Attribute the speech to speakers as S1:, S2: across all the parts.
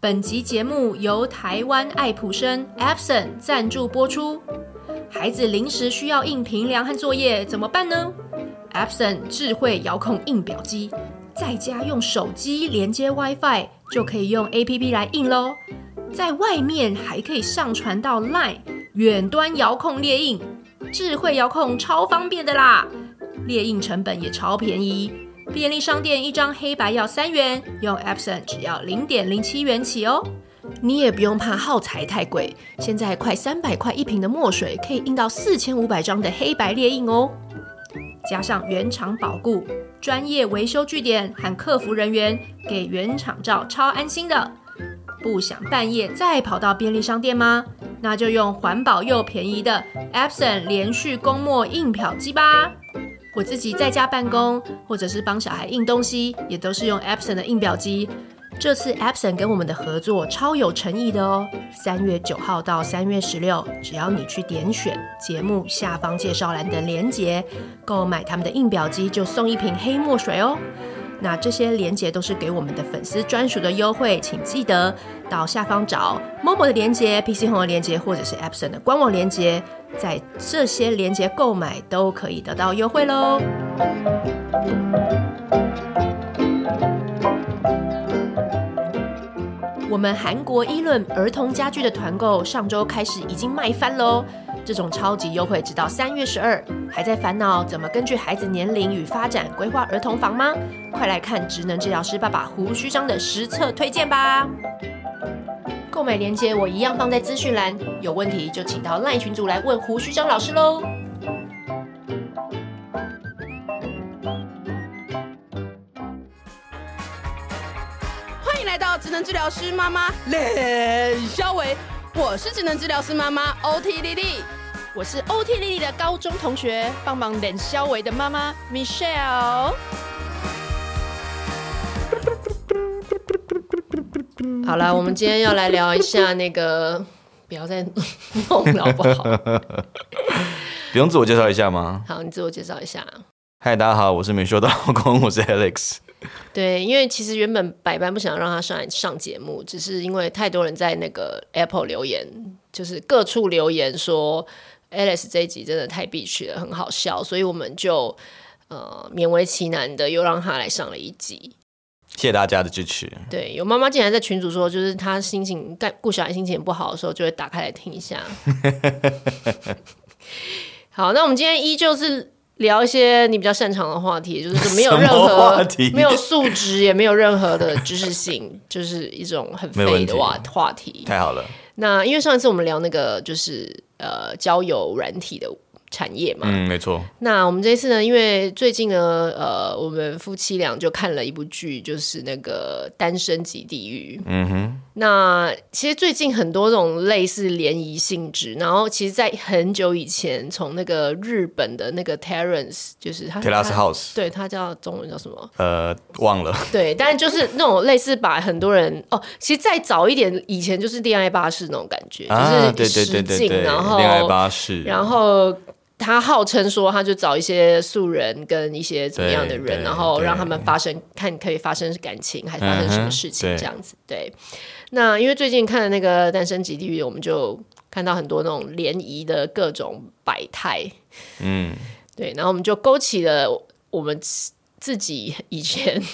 S1: 本集节目由台湾爱普生 Epson 赞助播出。孩子临时需要印评量和作业怎么办呢？Epson 智慧遥控印表机，在家用手机连接 WiFi 就可以用 APP 来印喽。在外面还可以上传到 Line 远端遥控列印，智慧遥控超方便的啦，列印成本也超便宜。便利商店一张黑白要三元，用 Epson 只要零点零七元起哦。你也不用怕耗材太贵，现在快三百块一瓶的墨水可以印到四千五百张的黑白列印哦。加上原厂保固、专业维修据点和客服人员，给原厂照超安心的。不想半夜再跑到便利商店吗？那就用环保又便宜的 Epson 连续公墨印表机吧。我自己在家办公，或者是帮小孩印东西，也都是用 Epson 的印表机。这次 Epson 跟我们的合作超有诚意的哦！三月九号到三月十六，只要你去点选节目下方介绍栏的连结，购买他们的印表机，就送一瓶黑墨水哦。那这些连结都是给我们的粉丝专属的优惠，请记得到下方找 Momo 的连结、PC 红的连结，或者是 Epson 的官网连结，在这些连结购买都可以得到优惠喽。我们韩国一论儿童家具的团购上周开始已经卖翻喽，这种超级优惠直到三月十二。还在烦恼怎么根据孩子年龄与发展规划儿童房吗？快来看职能治疗师爸爸胡须章的实测推荐吧！购买链接我一样放在资讯栏，有问题就请到赖群组来问胡须章老师喽。
S2: 欢迎来到职能治疗师妈妈冷肖维，我是职能治疗师妈妈 OT 丽丽。
S1: 我是 OT 丽丽的高中同学，帮忙冷肖维的妈妈 Michelle。好了，我们今天要来聊一下那个，不要再 弄了好不好？
S3: 不用自我介绍一下吗？
S1: 好，你自我介绍一下。
S3: 嗨，大家好，我是美秀的老公， 我是 Alex。
S1: 对，因为其实原本百般不想让他上来上节目，只是因为太多人在那个 Apple 留言，就是各处留言说 Alice 这一集真的太必须了，很好笑，所以我们就呃勉为其难的又让他来上了一集。
S3: 谢谢大家的支持。
S1: 对，有妈妈竟然在群组说，就是她心情干顾小孩心情不好的时候，就会打开来听一下。 好，那我们今天依旧是聊一些你比较擅长的话题，就是没有任
S3: 什么
S1: 何
S3: 话题
S1: 没有素质，也没有任何的知识性，就是一种很
S3: 没有
S1: 废
S3: 问
S1: 的
S3: 题
S1: 话话题。
S3: 太好了，
S1: 那因为上一次我们聊那个就是呃交友软体的产业嘛，
S3: 嗯，没错，
S1: 那我们这一次呢，因为最近呢，呃，我们夫妻俩就看了一部剧，就是那个《单身即地狱》。
S3: 嗯哼，
S1: 那其实最近很多这种类似联谊性质，然后其实，在很久以前，从那个日本的那个 Terence，就是他
S3: Terrace
S1: 他
S3: House
S1: 对他叫中文叫什么？
S3: 呃，忘了，
S1: 对，但就是那种类似把很多人哦，其实再早一点以前就是恋爱巴士那种感觉，
S3: 啊，
S1: 就
S3: 对
S1: 是
S3: 对
S1: 实
S3: 对对
S1: 境
S3: 对，
S1: 然后
S3: 恋爱巴士，
S1: 然后他号称说，他就找一些素人跟一些怎么样的
S3: 对
S1: 人，
S3: 对
S1: 然后让他们
S3: 对
S1: 发生看可以发生感情，还发生什么事情
S3: 嗯哼对
S1: 这样子。对，那因为最近看的那个《单身即地狱》，我们就看到很多那种联谊的各种百态，
S3: 嗯，
S1: 对，然后我们就勾起了我们自己以前。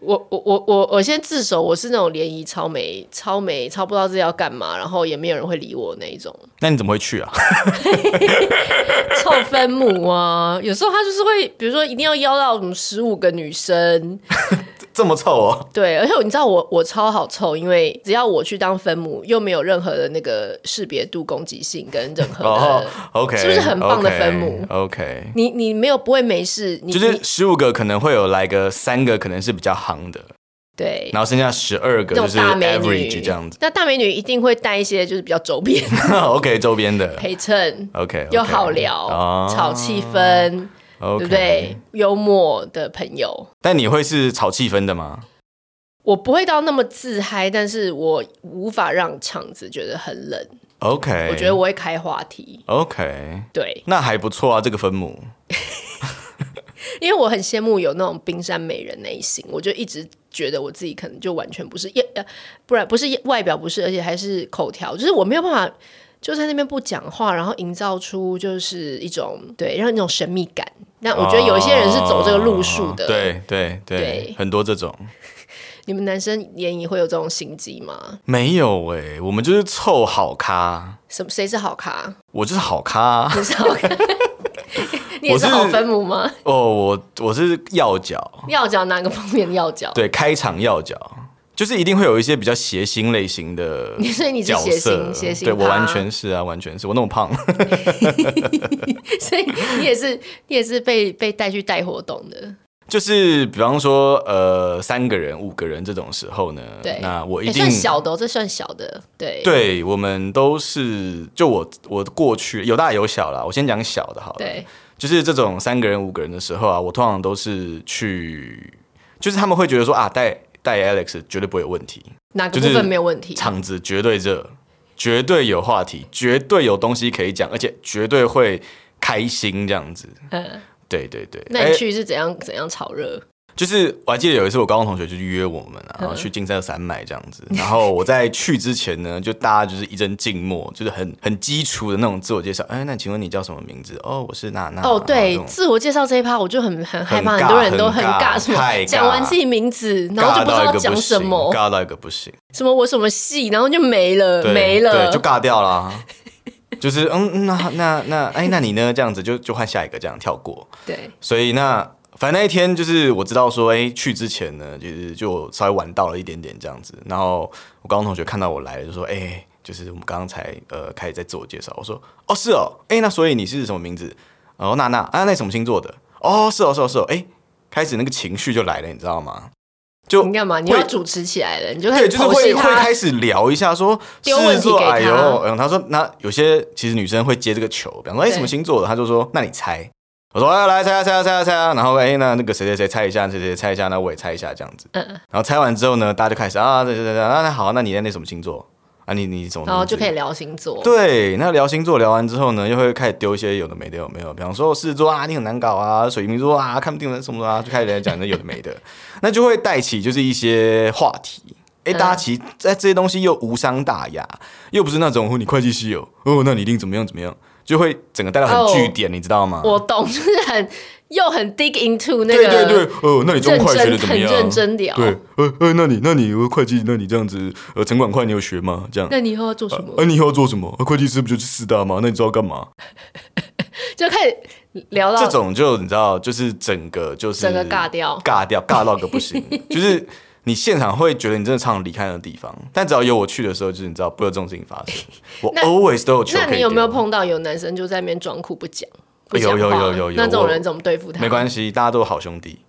S1: 我我我我我先自首，我是那种联谊超没超没超不知道自己要干嘛，然后也没有人会理我那一种。
S3: 那你怎么会去啊？
S1: 凑分母啊，有时候他就是会，比如说一定要邀到什么十五个女生，
S3: 这么臭哦，
S1: 对，而且你知道我我超好凑，因为只要我去当分母，又没有任何的那个识别度、攻击性跟任何的，
S3: 哦，OK，
S1: 呃是不是很棒的分母
S3: ？OK，
S1: 你你没有不会没事，你
S3: 就是
S1: 你
S3: 十五个可能会有来个三个可能是比较行的，
S1: 对。
S3: 然后剩下十二个
S1: 那种
S3: 就是
S1: 大美女
S3: average 这样子
S1: 那大美女一定会带一些就是比较周边
S3: ，OK，周边的
S1: 陪 衬，
S3: ，OK，
S1: 又好聊、
S3: 啊
S1: 炒气氛，对不？对？幽默的朋友，
S3: 但你会是炒气氛的吗？
S1: 我不会到那么自嗨，但是我无法让场子觉得很冷。
S3: OK，
S1: 我觉得我会开话题，
S3: OK，
S1: 对，
S3: 那还不错啊，这个分母
S1: 因为我很羡慕有那种冰山美人那一型，我就一直觉得我自己可能就完全不是，也呃，不然不是外表不是，而且还是口条，就是我没有办法就在那边不讲话，然后营造出就是一种对，让那种神秘感。那我觉得有一些人是走这个路数的，
S3: 哦对对对
S1: 对
S3: 很多这种
S1: 你们男生联谊会有这种心机吗？
S3: 没有哎、我们就是凑好咖，
S1: 什么谁是好咖？
S3: 我就是好咖
S1: 你是好咖？ 你也
S3: 我
S1: 是
S3: 是
S1: 好分母吗？
S3: 哦，我我是要角，
S1: 要角哪个方面的要角？
S3: 对，开场要角。就是一定会有一些比较谐星类型的角色，
S1: 所以你是谐星谐星
S3: 对我
S1: 咖
S3: 完全是啊，完全是我那么胖，
S1: 所以你也是你也是被被带去带活动的。
S3: 就是比方说呃三个人五个人这种时候呢，
S1: 对，
S3: 那我一
S1: 也
S3: 定、
S1: 算小的、哦，这算小的，对
S3: 对，我们都是就我我过去有大有小啦，我先讲小的好了。
S1: 对，
S3: 就是这种三个人五个人的时候啊，我通常都是去，就是他们会觉得说啊，带带 Alex 绝对不会有问题，
S1: 哪个
S3: 就是
S1: 部分没有问题？
S3: 场子绝对热，绝对有话题，绝对有东西可以讲，而且绝对会开心这样子。
S1: 嗯，
S3: 对对对，
S1: 那你
S3: 哎
S1: 去是怎样怎样炒热？
S3: 就是我还记得有一次，我高中同学就约我们
S1: 嗯
S3: 啊，然后去金山散买这样子。然后我在去之前呢，就大家就是一阵静默，就是很很基础的那种自我介绍。哎，那请问你叫什么名字？哦，我是娜娜。
S1: 哦，对
S3: 然，后这种
S1: 自我介绍这一趴，我就很很害怕，
S3: 很尬
S1: 很多人都很
S3: 很尬
S1: 尬，什么
S3: 太尬
S1: 讲完自己名字，然后就不知
S3: 尬到一
S1: 道
S3: 个不
S1: 讲什
S3: 行
S1: 么，
S3: 尬到一个不行，
S1: 什么我什么戏，然后就没了，
S3: 对
S1: 没了
S3: 对，就尬掉啦。就是嗯，嗯那那那，哎，那你呢？这样子就就换下一个，这样跳过。
S1: 对
S3: 所以那反正那一天就是我知道说，哎、去之前呢，就是就稍微晚到了一点点这样子。然后我高中同学看到我来了，就说，哎、就是我们刚刚才呃开始在自我介绍。我说，哦是哦，哎、那所以你是什么名字？哦娜娜啊，那你什么星座的？哦是哦是哦是哦，哎、开始那个情绪就来了，你知道吗？就
S1: 你干嘛？你要
S3: 会
S1: 主持起来了，你就开
S3: 对，
S1: 始
S3: 就是
S1: 剖
S3: 会
S1: 析
S3: 会
S1: 他
S3: 开。始聊一下说狮
S1: 丢问
S3: 子
S1: 题
S3: 座，
S1: 给他
S3: 哎呦，嗯，他说那有些其实女生会接这个球，比方说哎
S1: 对
S3: 什么星座的，他就说那你猜，我说哎来猜啊猜啊猜啊猜啊，然后哎那那个谁谁谁猜一下，谁谁谁猜一下，那我也猜一下这样子，
S1: 嗯，
S3: 然后猜完之后呢，大家就开始啊对对对，啊那好，那你在那什么星座啊？你你什么？
S1: 然哦后就可以。聊星座，
S3: 对，那聊星座聊完之后呢，又会开始丢一些有的没的，有没有？比方说狮子座啊，你很难搞啊；水瓶座啊，看不定人什么的啊，就开始来讲那有的没 的，那就会带起就是一些话题。哎，
S1: 嗯
S3: 大家其实在这些东西又无伤大雅，又不是那种哦你会计稀有哦，那你一定怎么样怎么样，就会整个带到
S1: 哦
S3: 很据点，你知道吗？
S1: 我懂， 就是很又很 dig into 那
S3: 对
S1: 个
S3: 对对，哦，那你中
S1: 认
S3: 文快学的
S1: 真
S3: 怎么
S1: 很
S3: 样？
S1: 认真哦聊。
S3: 对，呃呃，那你那你呃会计，那你这样子呃，城管会你有学吗？这样，
S1: 那你以后要做什么？
S3: 啊，你以后要做什么？啊会计师不就是四大吗？那你知道干嘛？
S1: 就开始聊到
S3: 呃这种就你知道，就是整个就是
S1: 整个尬掉
S3: 尬掉，尬到个 不行。就是你现场会觉得你真的唱离开那个地方，但只要有我去的时候，就是你知道不会有这种事情 发生。我
S1: 那
S3: always 都有球
S1: 那
S3: 可以
S1: 你有没有
S3: 丢？
S1: 碰到有男生就在那边装酷不讲？不讲话
S3: 哎有有有有有
S1: 那种
S3: 我
S1: 人怎么对付他？嗯
S3: 没关系，大家都是好兄弟。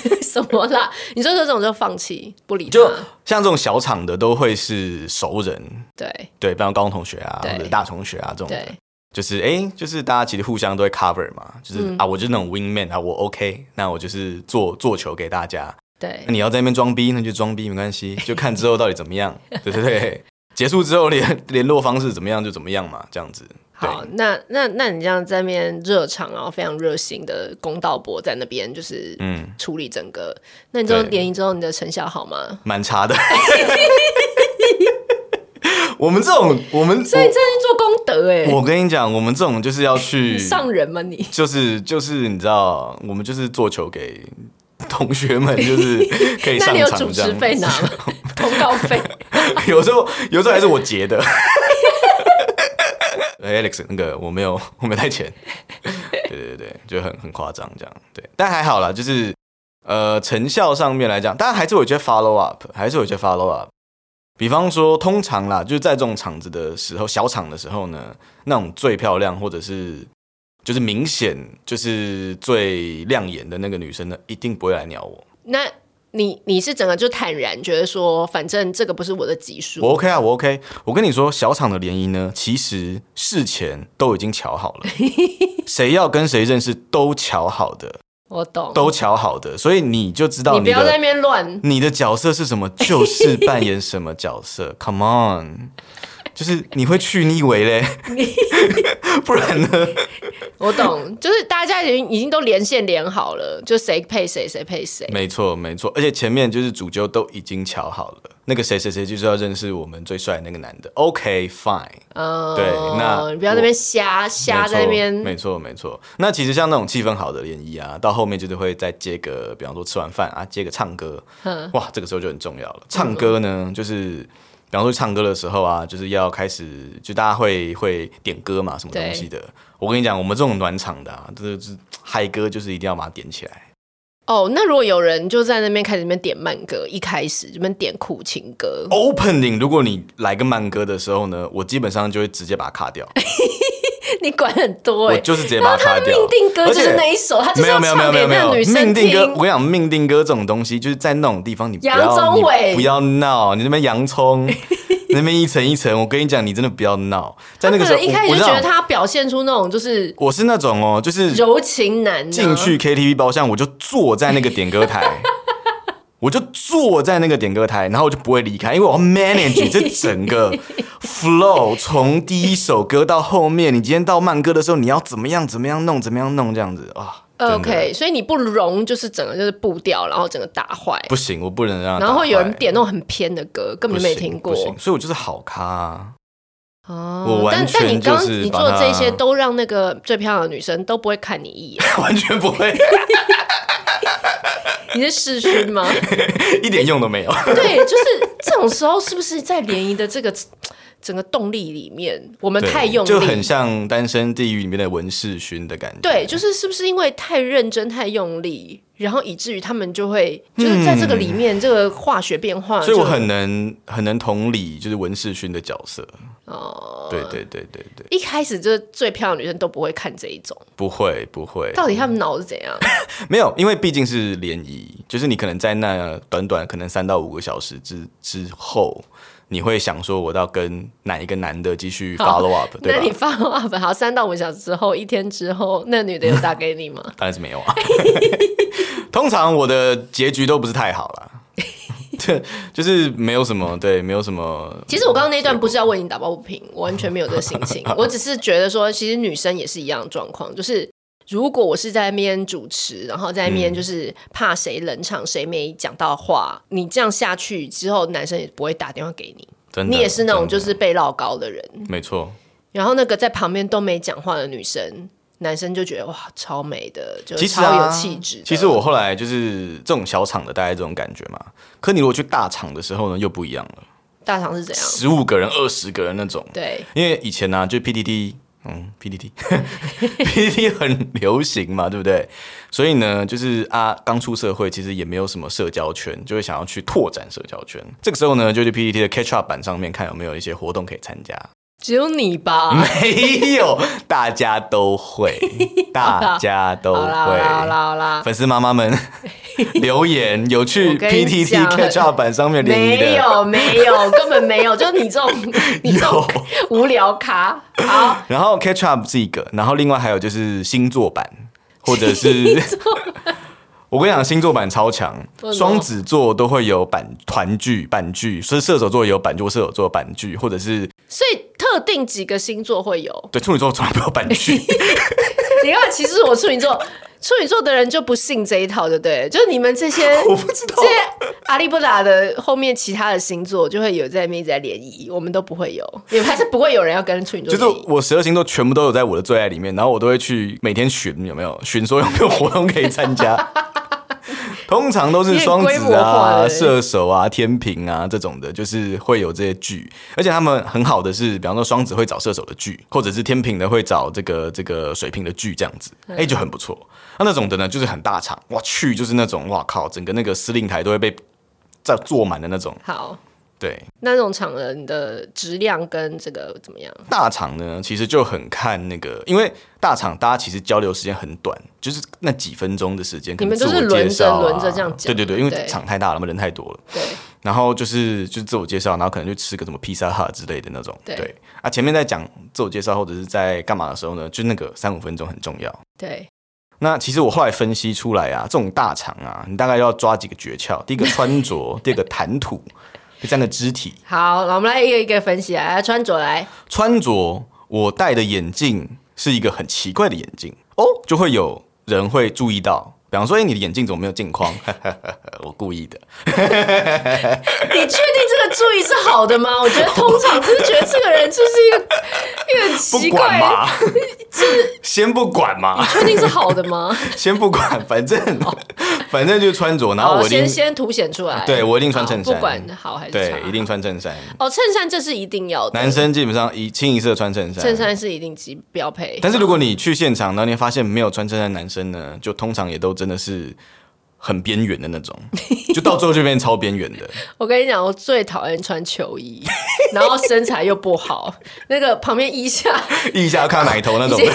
S1: 系， 什么啦？你说这种就放弃不理他
S3: 就，像这种小场的，都会是熟人，
S1: 对
S3: 对，比方高中同学啊，
S1: 对
S3: 或者大同学啊这种的
S1: 对，
S3: 就是哎、诶就是大家其实互相都会 cover 嘛，就是、
S1: 嗯
S3: 啊，我就是那种 wing man 啊，我 OK，那我就是做做球给大家，
S1: 对
S3: 那。你要在那边装逼，那就装逼没关系，就看之后到底怎么样。对对对，结束之后联联络方式怎么样就怎么样嘛，这样子。对，
S1: 好，那那那你这样在那边热场，然后非常热心的公道伯在那边就是
S3: 嗯，
S1: 处理整个，那你之后
S3: 对
S1: 联谊之后你的成效好吗？
S3: 蛮差的。 我们这种，我们
S1: 所以你真的去做功德哎、
S3: 我我跟你讲，我们这种就是要去
S1: 你 上人吗你？
S3: 就是就是你知道，我们就是做球给同学们，就是可以
S1: 那
S3: 上
S1: 你有
S3: 场
S1: 主
S3: 这
S1: 持
S3: 样。
S1: 费拿 吗？通告费？
S3: 有时候有时候还是我结的。 哎 Alex，那个我没有，我没带钱。 对对对，就很很夸张这样。对，但还好啦，就是呃成效上面来讲，当然还是有一些 follow up，还是有一些 follow up。比方说，通常啦，就是在这种场子的时候，小场的时候呢，那种最漂亮或者是就是明显就是最亮眼的那个女生呢，一定不会来鸟我。
S1: 那你你是整个就坦然觉得说，反正这个不是我的级数，
S3: 我 OK 啊，我 OK。我跟你说，小厂的联谊呢，其实事前都已经瞧好 了，谁要跟谁认识都瞧好的，
S1: 我懂，
S3: 都瞧好的，所以你就知道
S1: 你
S3: 你
S1: 不要在那
S3: 的
S1: 边乱。
S3: 你的角色是什么，就是扮演什么角色。Come on， 就是你会去，你以 为嘞？不然呢？
S1: 我懂，就是大家已经已经都连线连好了，就谁配谁，谁配谁。
S3: 没错，没错，而且前面就是主揪都已经瞧好了，那个谁谁谁就是要认识我们最帅的那个男的。OK，fine，、
S1: 哦，
S3: 嗯对那
S1: 你不要在那边瞎瞎
S3: 没错
S1: 在那边，
S3: 没错，没错。那其实像那种气氛好的联谊啊，到后面就是会再接个，比方说吃完饭啊，接个唱歌，哇，这个时候就很重要了。唱歌呢，就是。比方说唱歌的时候啊，就是要开始，就大家会会点歌嘛，什么东西的。我跟你讲，我们这种暖场的、啊，这这嗨歌就是一定要把它点起来。
S1: 哦，那如果有人就在那边开始那边点慢歌，一开始这边点苦情歌，
S3: 哦 Opening，如果你来个慢歌的时候呢，我基本上就会直接把它卡掉，
S1: 你管很多哎、
S3: 我
S1: 欸。
S3: 就是直接
S1: 然
S3: 把
S1: 后
S3: 它
S1: 他
S3: 卡
S1: 的
S3: 掉。
S1: 命定歌就
S3: 而且
S1: 是那一首，他就是
S3: 没有
S1: 要
S3: 没有没有
S1: 唱
S3: 没
S1: 给那
S3: 有没有
S1: 个女
S3: 命
S1: 生
S3: 定
S1: 听。
S3: 歌，我跟你讲命定歌这种东西，就是在那种地方你不要
S1: 杨宗纬
S3: 你不要闹，你那边洋葱那边一层一层，我跟你讲，你真的不要闹。在那个时候，
S1: 他可能一开
S3: 我
S1: 始就
S3: 我知
S1: 觉得
S3: 道
S1: 他表现出那种就是
S3: 我是那种哦，就是
S1: 柔情男、啊，
S3: 进去 KTV 包厢，我就坐在那个点歌台。 我就坐在那个点歌台，然后我就不会离开，因为我要 manage 这整个 flow，从第一首歌到后面，你今天到慢歌的时候，你要怎么样怎么样弄，怎么样弄这样子啊真的
S1: 呃 OK，所以你不容就是整个就是步调，然后整个打坏，
S3: 不行，我不能让它打坏。
S1: 然后有人点那种很偏的歌，根
S3: 不
S1: 本
S3: 行，
S1: 就没听过
S3: 不行所以我就是好咖、啊。
S1: 哦。
S3: 我完
S1: 但
S3: 全
S1: 但你刚
S3: 就是
S1: 你
S3: 把
S1: 做
S3: 它
S1: 这些都让那个最漂亮的女生都不会看你一眼，
S3: 完全不会，
S1: 你是世勋 吗？
S3: 一点用都 没有。
S1: 对，就是这种时候，是不是在联谊的这个整个动力里面，我们
S3: 对
S1: 太用力，
S3: 就很像《单身地狱》里面的文世勋的感觉。
S1: 对，就是是不是因为太认真、太用力，然后以至于他们就会就是在这个里面，这个化学变化就，
S3: 嗯所以我很能很能同理，就是文世勋的角色。
S1: 哦，
S3: 对对对对对，
S1: 一开始就是最漂亮的女生都不会看这一种，
S3: 不会不会，
S1: 到底他们脑子怎样？
S3: 没有，因为毕竟是联谊，就是你可能在那短短可能三到五个小时之之后。你会想说，我要跟哪一个男的继续
S1: 好
S3: follow up，对
S1: 那你
S3: 吧？
S1: follow up 好，三到五小时之后，一天之后，那女的有打给你吗？
S3: 当然是没有啊。 通常我的结局都不是太好啦， 对，就是没有什么，对，没有什么。
S1: 其实我刚刚那一段不是要为你打抱不平，我完全没有这个心情，我只是觉得说，其实女生也是一样的状况，就是如果我是在那边主持，然后在那边就是怕谁冷场，谁没讲到话，你这样下去之后，男生也不会打电话给你，
S3: 真的
S1: 你也是那种就
S3: 真
S1: 是
S3: 的
S1: 被落高的人，
S3: 没错。
S1: 然后那个在旁边都没讲话的女生。男生就觉得哇，超美的，就
S3: 其
S1: 是
S3: 实
S1: 超
S3: 啊，
S1: 有气质的、
S3: 其实我后来就是这种小场的，大概这种感觉嘛。可你如果去大场的时候呢，又不一样了，
S1: 大肠是怎样？
S3: 十五个人、二十个人那种。
S1: 对，
S3: 因为以前呢、就 PDD，嗯，PDD，PDD 很流行嘛，对不对？所以呢，就是啊，刚出社会，其实也没有什么社交圈，就会想要去拓展社交圈。这个时候呢，就去 PDD 的 Catch Up 版上面看有没有一些活动可以参加。
S1: 只有你吧。
S3: 没有，大家 都会，大家都
S1: 好啦好
S3: 会。
S1: 啦好啦好啦，
S3: 粉丝妈 妈们留言，有去
S1: 我跟你
S3: PTT
S1: 讲
S3: Catch Up 版上面联谊
S1: 没
S3: 的，
S1: 有没有，根本没 有，就是你这种你这种无聊咖。好，
S3: 然后 Catch Up 是一个，然后另外还有就是星座版，或者是 我跟你讲，星座版超强
S1: 为什，么
S3: 双子座都会有版团聚版剧，所以射手座也有版剧，射手座版剧，或者是
S1: 所以特定几个星座会有。
S3: 对处女座从来没有版 剧，
S1: 你看，其实我处女座，处女座的人就不信这一套，对不对？就是你们这些
S3: 我不知道
S1: 这。些阿里不达的后面其他的星座就会有在那边一直在联谊，我们都不会有，也还是不会有人要跟处女座
S3: 就是
S1: 联谊。
S3: 我十二星座全部都有在我的最爱里面，然后我都会去每天寻有没有寻说有没有活动可以参加。 通常都是双
S1: 有点
S3: 子
S1: 规模化
S3: 啊、
S1: 的
S3: 射手啊、天平啊这种的，就是会有这些剧，而且他们很好的是，比方说双子会找射手的剧，或者是天平的会找这个这个水瓶的剧这样子，哎、就很不错。那那种的呢，就是很大场，哇去就是那种哇靠，整个那个司令台都会被在坐满的那种，
S1: 好，
S3: 对。
S1: 那种场合你的质量跟这个怎么样？
S3: 大厂呢，其实就很看那个，因为大厂大家其实交流时间很短，就是那几分钟的时间，可能
S1: 你们都是
S3: 自我介绍啊
S1: 轮着轮着这样讲
S3: 对对对，因为
S1: 对
S3: 厂太大了嘛，人太多了。
S1: 对，
S3: 然后就是就是自我介绍，然后可能就吃个什么披萨哈之类的那种。
S1: 对
S3: 啊，前面在讲自我介绍或者是在干嘛的时候呢，就那个三五分钟很重要。
S1: 对，
S3: 那其实我后来分析 出来啊，这种大厂啊，你大概要抓几个诀窍：第一个穿着，第二个谈吐，第三个肢体
S1: 好，那我们来一个一个分析啊，来穿着来，
S3: 穿着，我戴的眼镜是一个很奇怪的眼镜哦，就会有人会注意到。比方说，哎、你的眼镜怎么没有镜框？ 我故意的。
S1: 你确定这个注意是好的吗？我觉得通常只是觉得这个人就是一 个一个很
S3: 不
S1: 奇
S3: 管
S1: 怪，
S3: 嘛，先不管 嘛，
S1: 确定是好的吗？
S3: 先不管，反正反正就是穿着，然后
S1: 哦好，
S3: 我一定
S1: 先先凸显出来，
S3: 对我一定穿衬衫，
S1: 好不管好还是差
S3: 对，一定穿衬衫。
S1: 哦，衬衫这是一定要的，
S3: 男生基本上一清一色穿衬衫，
S1: 衬。衫是一定基标配，
S3: 但是如果你去现场，然后你发现没有穿衬衫的男生呢，就通常也都真的是很边缘的那种，就到最后就变超边缘的。
S1: 我跟你讲，我最讨厌穿球衣， 然后身材又不好，那个旁边衣下
S3: 一下要看奶头那种
S1: 已经，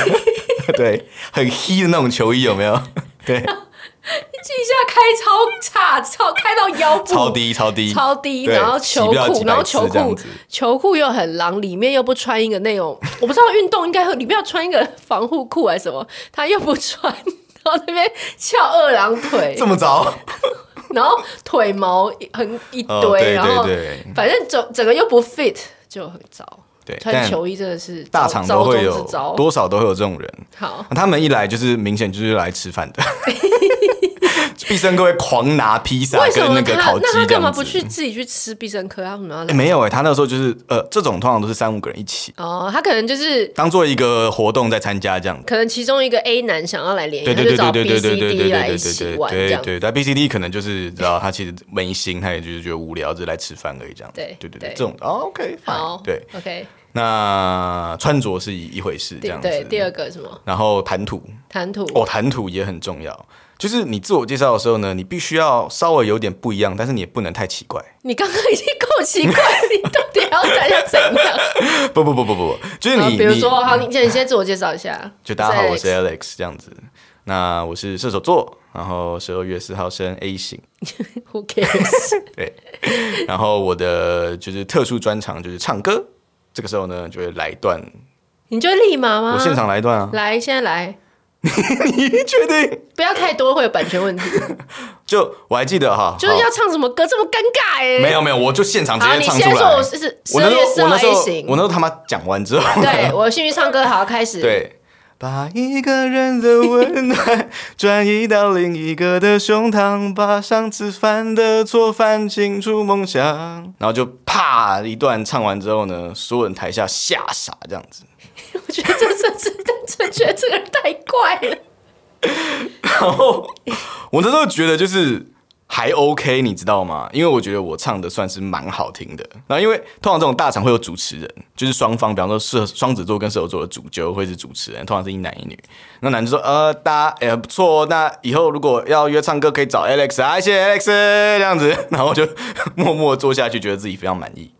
S3: 对，很黑的那种球衣有没 有？对，
S1: 一下开超差，超开到腰部，
S3: 超低超低
S1: 超低，
S3: 对
S1: 然后球
S3: 洗不了
S1: 裤，
S3: 几百
S1: 然后球
S3: 次这样
S1: 裤
S3: 子，
S1: 球裤又很狼，里面又不穿一个那种， 我不知道运动应该会里面要穿一个防护裤还是什么，他又不穿，然后那边翘二郎腿
S3: 这，么早？
S1: 然后腿毛一很一堆，
S3: 哦对
S1: 然后
S3: 对对
S1: 反正整整个又不 fit，就很糟。
S3: 对
S1: 穿
S3: 但
S1: 球衣真的是
S3: 大
S1: 糟
S3: 厂都会
S1: 糟
S3: 有
S1: 中之糟，
S3: 多少都会有这种人。
S1: 好。
S3: 他们一来就是明显就是来吃饭 的，必胜客会狂拿披萨
S1: 为什
S3: 跟
S1: 么
S3: 那个
S1: 他
S3: 烤鸡
S1: 那他
S3: 这
S1: 干嘛
S3: 样
S1: 不去
S3: 子。
S1: 自己去吃必胜客？他为什么要
S3: 欸、
S1: 来？
S3: 没有哎、他那时候就是呃，这种通常都是三五个人一起，
S1: 哦，他可能就是
S3: 当做一个活动在参加这样子。
S1: 可能其中一个 A 男想要来联谊，
S3: 对
S1: 他就
S3: 对对
S1: 找
S3: 对
S1: B、
S3: 对对
S1: C、
S3: 对对
S1: D
S3: 对
S1: 来一
S3: 对
S1: 起
S3: 对
S1: 玩这
S3: 对
S1: 样。
S3: 对，但 B C D 可能就是知道他其实没心，他也就是觉得无聊，就是来吃饭而已这样。
S1: 对
S3: 对对
S1: 对
S3: 对，这种哦 OK
S1: 好
S3: fine，，对，
S1: ，OK，
S3: 那穿着是一一回事这
S1: 第
S3: 样子。
S1: 对第二个什么
S3: 然后谈吐，
S1: 谈吐
S3: 哦，谈吐也很重要。就是你自我介绍的时候呢，你必须要稍微有点不一样，但是你也不能太奇怪。
S1: 你刚刚已经够奇怪，你到底要大家怎样？
S3: 不不不不不，就是
S1: 啊
S3: 你，
S1: 比如
S3: 你
S1: 说，好，你先你先自我介绍一下。
S3: 就大家好，我是
S1: Alex
S3: Alex 这样子。那我是射手座，然后十二月四号生 A 型，
S1: Who cares？
S3: 对。然后我的就是特殊专长就是唱歌，这个时候呢就会来一段，
S1: 你就立马吗？
S3: 我现场来一段啊。
S1: 来，现在来，啊
S3: 你确定？
S1: 不要太多会有版权问题，
S3: 就我还记得哈，
S1: 就是要
S3: 好
S1: 唱什么歌这么尴尬哎。
S3: 没有没有，我就现场直
S1: 好，
S3: 接
S1: 你
S3: 唱
S1: 现
S3: 出
S1: 在
S3: 来。
S1: 说我是是十
S3: 我
S1: 二
S3: 那
S1: 月
S3: 时
S1: 四
S3: 候，我
S1: 号
S3: 那时
S1: A
S3: 候，
S1: 型，
S3: 我那时候他妈讲完之后，
S1: 对我幸运唱歌好开始，，
S3: 对，把一个人的温暖 转移到另一个的胸膛，把上次犯的错犯清出梦想。然后就啪一段唱完之后呢，所有人台下吓傻这样子。
S1: 我觉得这这这这觉得这个人太怪了，
S3: 然后我那时候觉得就是还 OK，你知道吗？因为我觉得我唱的算是蛮好听的。然后因为通常这种大场会有主持人，就是双方，比方说射双子座跟射手座的主角会是主持人，通常是一男一女。那男就说：“呃，大家呃不错哦，那以后如果要约唱歌可以找 Alex 啊，谢谢 Alex 这样子。”然后我就 默默坐下去，觉得自己非常满意。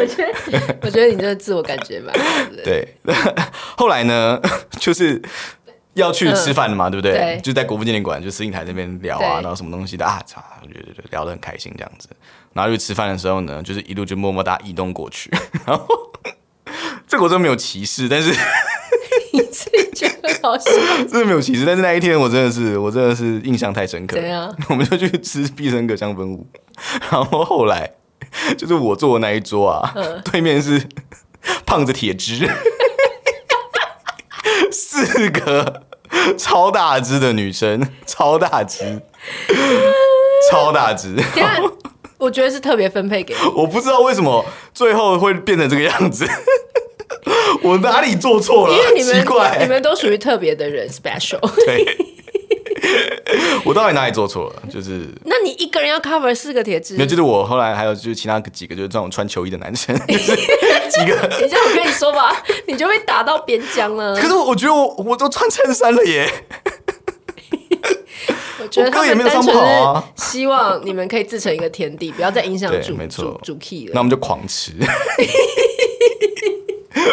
S1: 我觉得 我觉得你这个自我感觉蛮好的，
S3: 对， 后来呢， 就是要去吃饭了嘛，对不对？
S1: 嗯对
S3: 就在国父纪念馆，就司令台那边聊啊，
S1: 对
S3: 然后什么东西的啊，操，我觉得聊得很开心这样子。然后就吃饭的时候呢，就是一路就默默大家移动过去， 然后这个我真的没有歧视，但是
S1: 你自己觉得很好笑，
S3: 真的没有歧视，但是那一天我真的是我真的是印象太深刻。
S1: 怎样？
S3: 我们就去吃必胜客香氛屋，然后后来就是我坐的那一桌啊，
S1: 嗯
S3: 对面是胖子铁枝，四个超大只的女生，超大只，超大只。
S1: 等一下我觉得是特别分配给 你，
S3: 我不知道为什么最后会变成这个样子，我哪里做错了？
S1: 因为你
S3: 奇怪、
S1: 们你们都属于特别的人 special，
S3: 对，我到底哪里做错了？就是
S1: 那你一个人要 cover 四个铁质，
S3: 没有，就是我后来还有就是其他几个就是这种穿球衣的男生， 就是几个。
S1: 等一下我跟你说吧， 你就被打到边疆了
S3: 可。是我我觉得我我都穿衬衫了耶，
S1: 我觉得他
S3: 我歌也
S1: 们
S3: 没有
S1: 单
S3: 唱
S1: 纯
S3: 不好啊
S1: 是希望你们可以自成一个天地，不要再影响
S3: 对
S1: 主
S3: 没错
S1: 主主 key 了
S3: 那。我们就狂吃。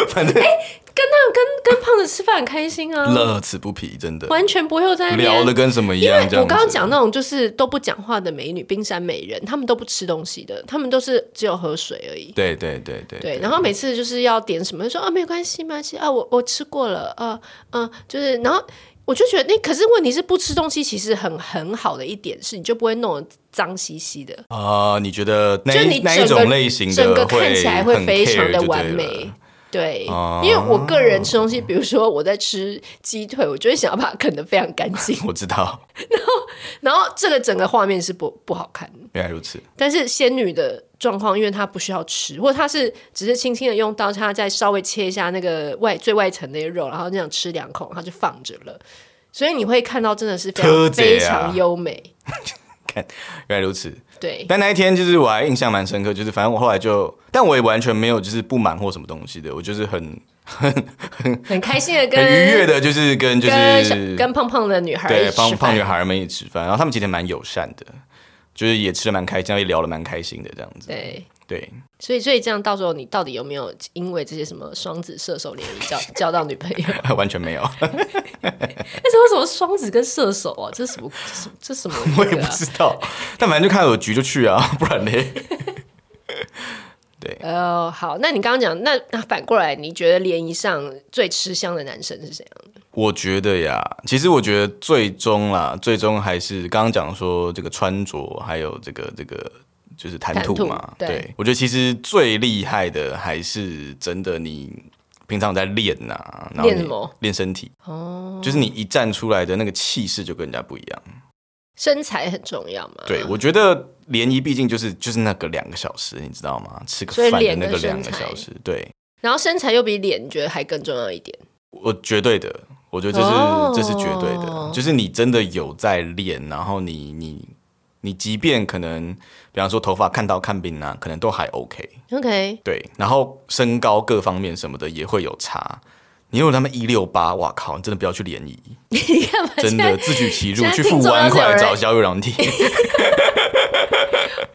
S3: 反正
S1: 跟他跟跟胖子吃饭很开心啊，
S3: 乐此不疲，真的
S1: 完全不会在那边
S3: 聊的跟什么一
S1: 因为
S3: 样。这样子
S1: 我刚刚讲那种就是都不讲话的美女、冰山美人，她们都不吃东西的，她们都是只有喝水而已。
S3: 对对对对
S1: 对，然后每呃次就是要点什么，就说啊没有关系，没关系啊，我我吃过了，啊嗯、就是然后我就觉得那可是问题是不吃东西其实很很好的一点是，你就不会弄得脏兮兮的，
S3: 啊，你觉得那
S1: 就
S3: 一
S1: 你
S3: 那
S1: 整
S3: 一
S1: 个
S3: 种类型的
S1: 整个看起来
S3: 会很
S1: 非常的
S3: care 就对
S1: 完
S3: 了
S1: 美。对，
S3: 哦，
S1: 因为我个人吃东西，比如说我在吃鸡腿，我就会想要把它啃得非常干净
S3: 我知道，
S1: 然后这个整个画面是不不好看的。
S3: 原来如此。
S1: 但是仙女的状况，因为她不需要吃，或者她是只是轻轻的用刀叉再稍微切一下那个外最外层那个肉，然后这样吃两口，然后就放着了。所以你会看到真的是非
S3: 特
S1: 常
S3: 别啊
S1: 非常优美，
S3: 原来如此，
S1: 对，
S3: 但那一天就是我还印象蛮深刻，就是反正我后来就，但我也完全没有就是不满或什么东西的，我就是很
S1: 很开心的跟
S3: 很愉悦的，就是跟就
S1: 跟小
S3: 是
S1: 跟胖胖的女孩
S3: 对
S1: 一起
S3: 胖
S1: 吃
S3: 胖
S1: 饭
S3: 女孩们一起吃饭，然后他们其实蛮友善的，就是也吃的蛮开心，也聊的蛮开心的这样子。
S1: 对。
S3: 对，
S1: 所以，所以这样到时候你到底有没有因为这些什么双子、射手联谊交交到女朋 友？
S3: 完全没有，
S1: 啊但是为什么双子跟射手啊？这是什么？这是这是什么、那
S3: 我也
S1: 个
S3: 不
S1: 啊？
S3: 知道。但反正就看到有局就去啊， 不然嘞，
S1: 呃，好，那你刚刚讲，那那反过来，你觉得联谊上最吃香的男生是谁啊？
S3: 我觉得呀，其实我觉得最终啦，最终还是刚刚讲说这个穿着，还有这个这个就是谈
S1: 谈
S3: 吐
S1: 吐
S3: 嘛。
S1: 对
S3: 我觉得其实最厉害的还是真的你平常在练呐、然后
S1: 练
S3: 你
S1: 什么？
S3: 练身体，
S1: 哦，嗯
S3: 就是你一站出来的那个气势就跟人家不一样。
S1: 身材很重要嘛。
S3: 对，我觉得联谊毕竟就是就是那个两个小时，你知道吗？吃个
S1: 所以
S3: 饭的
S1: 脸
S3: 那
S1: 跟
S3: 个两个
S1: 身材
S3: 小时，对
S1: 然后身材又比脸，你觉得还更重要一点？
S3: 我绝对的，我觉得这是、
S1: 哦
S3: 这是绝对的，就是你真的有在练，然后你你你即便可能，比方说头发看到看病啊，可能都还 OK，
S1: OK，
S3: 对，然后身高各方面什么的也会有差。你有他们一六八，哇靠！你真的不要去 联谊，
S1: 你干嘛？
S3: 真的自取其辱
S1: 现，在
S3: 去付
S1: 听众
S3: 万
S1: 要是有
S3: 块
S1: 人
S3: 找 交友软体。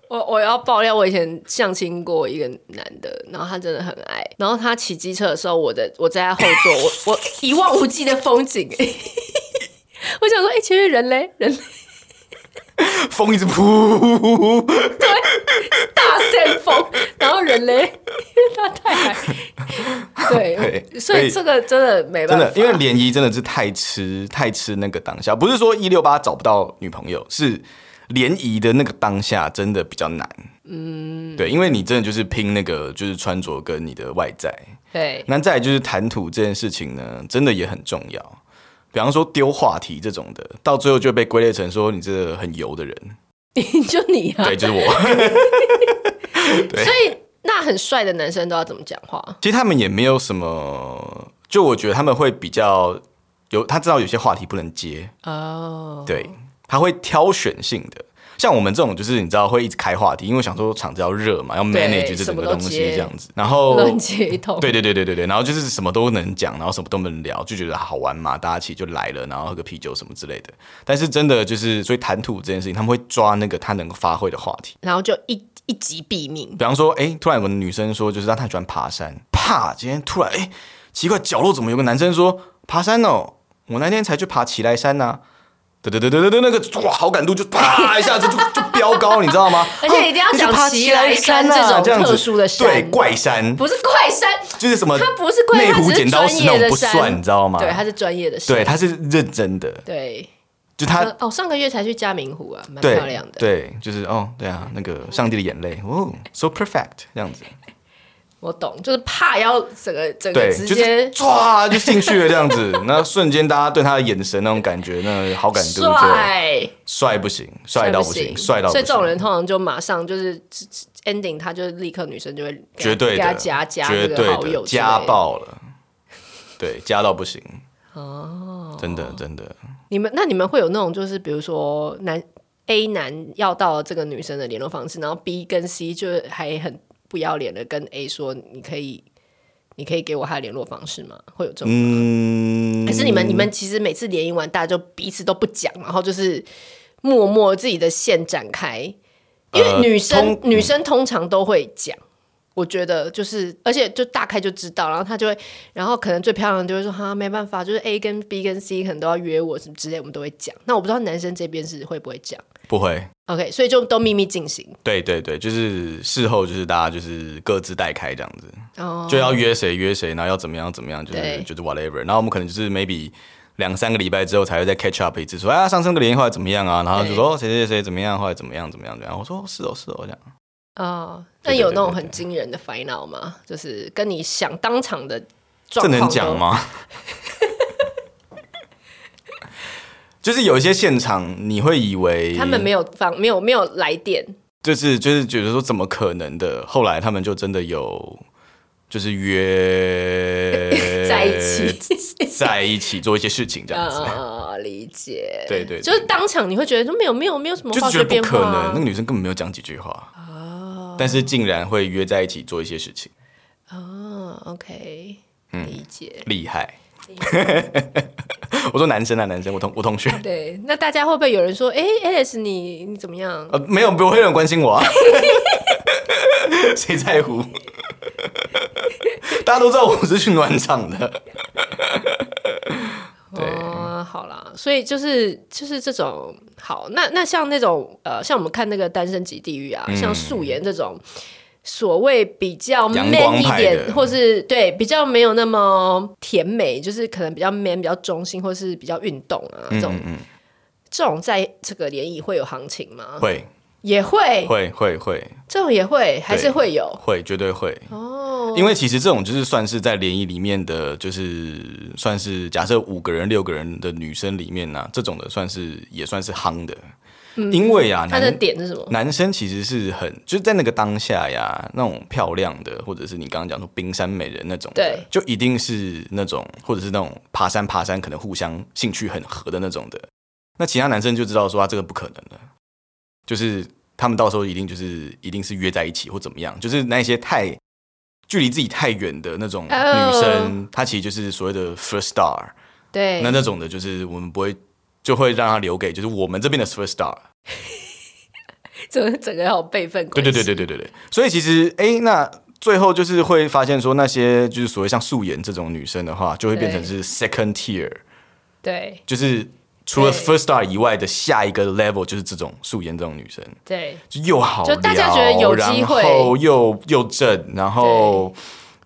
S1: 我我要爆料，我以前相亲过一个男的，然后他真的很矮，然后他骑机车的时候，我的我在他后座，我我 一望无际的风景、欸 我想说，哎、前面人嘞，人嘞
S3: 风一直扑，
S1: 大旋风， 然后人嘞，因为他太矮，对，
S3: 对
S1: 所
S3: 所以
S1: 以这个真的没
S3: 真
S1: 办法，
S3: 的，因为联谊真的是太吃太吃那个当下，不是说一六八找不到女朋友，是联谊的那个当下真的比较难。嗯，对，因为你真的就是拼那个就是穿着跟你的外在，
S1: 对
S3: 那再来就是谈吐这件事情呢，真的也很重要。比方说丢话题这种的，到最后就被归类成说你这个很油的人，
S1: 你就你啊，
S3: 对，就是我。对
S1: 所以那很帅的男生都要怎么讲话？
S3: 其实他们也没有什么，就我觉得他们会比较有，他知道有些话题不能接，
S1: 哦，
S3: 对，他会挑选性的。像我们这种，就是你知道会一直开话题，因为想说场子要热嘛，要 manage 这整个东西这样子。然后，
S1: 乱接一通，
S3: 对对对对对对，然后就是什么都能讲，然后什么都能聊，就觉得好玩嘛，大家一起就来了，然后喝个啤酒什么之类的。但是真的就是，所以谈吐这件事情，他们会抓那个他能够发挥的话题。
S1: 然后就一一击毙命，
S3: 比方说，哎、突然有个女生说，就是她太喜欢爬山，啪，今天突然，哎、奇怪，角落怎么有个男生说爬山哦？我那天才去爬奇来山呐、对对对对对对，那个哇，好感度就啪一下子就就飙高，你知道吗？
S1: 而且一定要
S3: 啊你去
S1: 讲
S3: 爬
S1: 奇
S3: 奇来
S1: 来山
S3: 啊
S1: 这种
S3: 样子
S1: 特殊的山
S3: 对怪山，
S1: 不是快山。
S3: 就是什么，
S1: 它不是怪
S3: 内
S1: 它
S3: 湖
S1: 只是
S3: 剪刀石
S1: 专
S3: 那
S1: 业
S3: 种
S1: 的
S3: 不
S1: 山
S3: 算，你知道吗？
S1: 对，他是专业的山。
S3: 对，他是认真的，
S1: 对，
S3: 就他
S1: 呃哦，上个月才去嘉明湖啊，蛮
S3: 对
S1: 漂亮的。
S3: 对，就是哦，对啊，那个上帝的眼泪，哦，so perfect 这样子。
S1: 我懂，就是怕要整个整个
S3: 对，
S1: 直
S3: 就是
S1: 接
S3: 唰就进去了这样子，那瞬间大家对他的眼神那种感觉，那好感度就
S1: 帅
S3: 帅不行，帅到不行，帅到不
S1: 所以
S3: 行，
S1: 这种人通常就马上就是直直 ending，他就是立刻女生就会给他
S3: 绝对
S1: 给他
S3: 的
S1: 加加
S3: 绝
S1: 那
S3: 对
S1: 个好
S3: 的
S1: 友之类
S3: 家
S1: 的。
S3: 暴了，对，家到不行。哦，真的真的，
S1: 你们那你们会有那种就是比如说男 A 男要到这个女生的联络方式，然后 B 跟 C 就是还很不要脸的跟 A 说，你可以你可以给我他的联络方式吗？会有这种吗？
S3: 嗯，
S1: 可是你们你们其实每次联谊完，大家就彼此都不讲，然后就是默默自己的线展开。因为
S3: 呃
S1: 女生、
S3: 通
S1: 女生通常都会讲，我觉得就是，而且就大概就知道，然后她就会，然后可能最漂亮的就会说哈没办法，就是 A 跟 B 跟 C 可能都要约我什么之类，我们都会讲。那我不知道男生这边是会不会讲
S3: 不会，
S1: ，OK，所以就都秘密进行
S3: 对对对，就是事后就是大家就是各自带开这样子，
S1: 哦。
S3: 就要约谁约谁，然后要怎么样怎么样，就是
S1: 对
S3: 就是 whatever。然后我们可能就是 maybe 两三个礼拜之后才会再 catch up 一次，说啊上升个联谊后来怎么样啊，然后就说哦谁谁谁怎么样，后来怎么样怎么样怎么样，我说哦是哦是哦这样，
S1: 哦，那
S3: 对对
S1: 有
S3: 对
S1: 那种
S3: 对
S1: 很
S3: 对
S1: 惊人的 final 吗？就是跟你想当场的状
S3: 这
S1: 况
S3: 能
S1: 都
S3: 讲？吗？ 就是有一些现场你会以为
S1: 他们没有放，没有没有来电，
S3: 就是就是觉得说怎么可能的，后来他们就真的有就是约
S1: 在一起，
S3: 在一起做一些事情这样子，
S1: 呃，理解，
S3: 对对对
S1: 就是当场你会觉得说没有没有没有什么
S3: 就
S1: 化
S3: 是
S1: 学
S3: 觉得
S1: 变
S3: 不
S1: 化
S3: 可能，
S1: 啊、
S3: 那个女生根本没有讲几句话但是竟然会约在一起做一些事情，
S1: 哦，OK，、理
S3: 嗯
S1: 解。
S3: 厉害。我说男生啊，男生，我同我同学，
S1: 对，那大家会不会有人说，哎、a l e x 你你怎么样？
S3: 呃，没有，不会有人关心我啊， 谁在 乎？大家都知道我是去暖场的，对
S1: 哦，好啦，所以就是就是这种好，那那像那种呃，像我们看那个《单身级地狱》啊，
S3: 嗯
S1: 像素颜这种所谓比较
S3: 阳
S1: man
S3: 光
S1: 一
S3: 派
S1: 点，
S3: 的
S1: 或是对比较没有那么甜美，就是可能比较 man、比较中性，或是比较运动啊
S3: 嗯
S1: 这种。这种在这个联谊会有行情吗？
S3: 会
S1: 也会，
S3: 会会会
S1: 这种也会，还是
S3: 对
S1: 会有
S3: 会，绝对会。
S1: 哦。
S3: 因为其实这种就是算是在联谊里面的，就是算是假设五个人、六个人的女生里面呢、啊这种的算是也算是夯的，因为啊，
S1: 嗯它的
S3: 男
S1: 点是什么？
S3: 男生其实是很就是在那个当下呀，那种漂亮的，或者是你刚刚讲说冰山美人那种的
S1: 对，
S3: 就一定是那种，或者是那种爬山爬山可能互相兴趣很合的那种的。那其他男生就知道说啊，这个不可能的，就是他们到时候一定就是一定是约在一起或怎么样，就是那一些太距离自己太远的那种
S1: 哦
S3: 女生，她其实就是所谓的 first star。
S1: 对，
S3: 那 那种的，就是我们不会就会让她留给就是我们这边的 first star。
S1: 整整个好备份
S3: 对
S1: 关系。
S3: 对对对对对对。所以其实，哎，那最后就是会发现说，那些就是所谓像素颜这种女生的话，就会变成是 second tier，
S1: 对
S3: 就是除了
S1: 对
S3: first star 以外的下一个 level 就是这种素颜这种女生，
S1: 对
S3: 就又好
S1: 就
S3: 聊，
S1: 大家觉得有机会
S3: 然后又又正，然后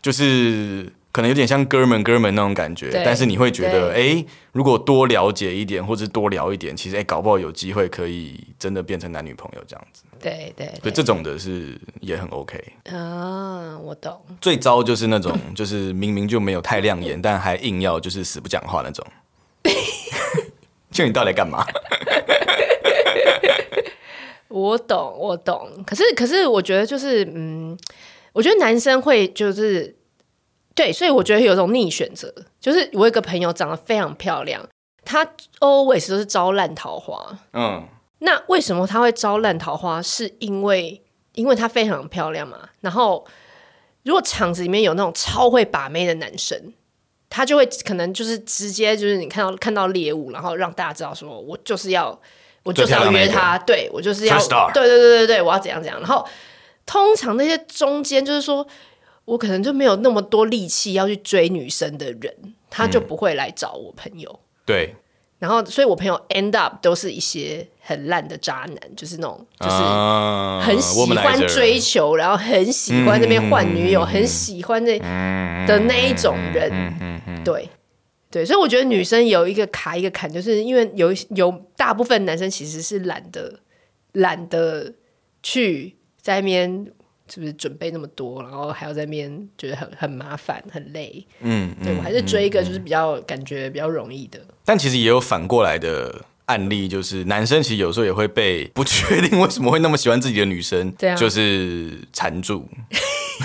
S3: 就是。可能有点像哥们哥们那种感觉
S1: 对，
S3: 但是你会觉得，哎、
S1: 对
S3: 如果多了解一点，或者多聊一点，其实哎、诶搞不好有机会可以真的变成男女朋友这样子。
S1: 对对
S3: 对，这种的是也很 OK。
S1: 啊，我懂。
S3: 最糟就是那种，就是明明就没有太亮眼，但还硬要就是死不讲话 那种。就你到底干嘛？
S1: 我懂，我懂。可是，可是，我觉得就是，嗯，我觉得男生会就是对，所以我觉得有一种逆选择，就是我有一个朋友长得非常漂亮，她 always 都是招烂桃花。
S3: 嗯，
S1: 那为什么她会招烂桃花？是因为因为她非常漂亮嘛。然后，如果场子里面有那种超会把妹的男生。他就会可能就是直接就是你看到看到猎物，然后让大家知道说我就是要我就是要
S3: 最漂亮那
S1: 约
S3: 个
S1: 他，对我就是要
S3: First star
S1: 对对对对对，我要怎样怎样。然后通常那些中间就是说我可能就没有那么多力气要去追女生的人，他就不会来找我朋友。
S3: 对，
S1: 然后，所以我朋友 end up 都是一些很烂的渣男，就是那种就是
S3: 啊
S1: 很喜欢
S3: womanizer
S1: 追求，然后很喜欢那边换女友，
S3: 嗯
S1: 很喜欢那的那一种人，
S3: 嗯
S1: 对对，所以我觉得女生有一个卡一个坎，就是因为有有大部分男生其实是懒得懒得去在那边是不是准备那么多，然后还要在那边觉得很很麻烦很累，
S3: 嗯，
S1: 对我还是追一个就是比较感觉比较容易的，
S3: 但其实也有反过来的案例，就是男生其实有时候也会被不确定为什么会那么喜欢自己的女生，
S1: 对啊
S3: 就是缠住，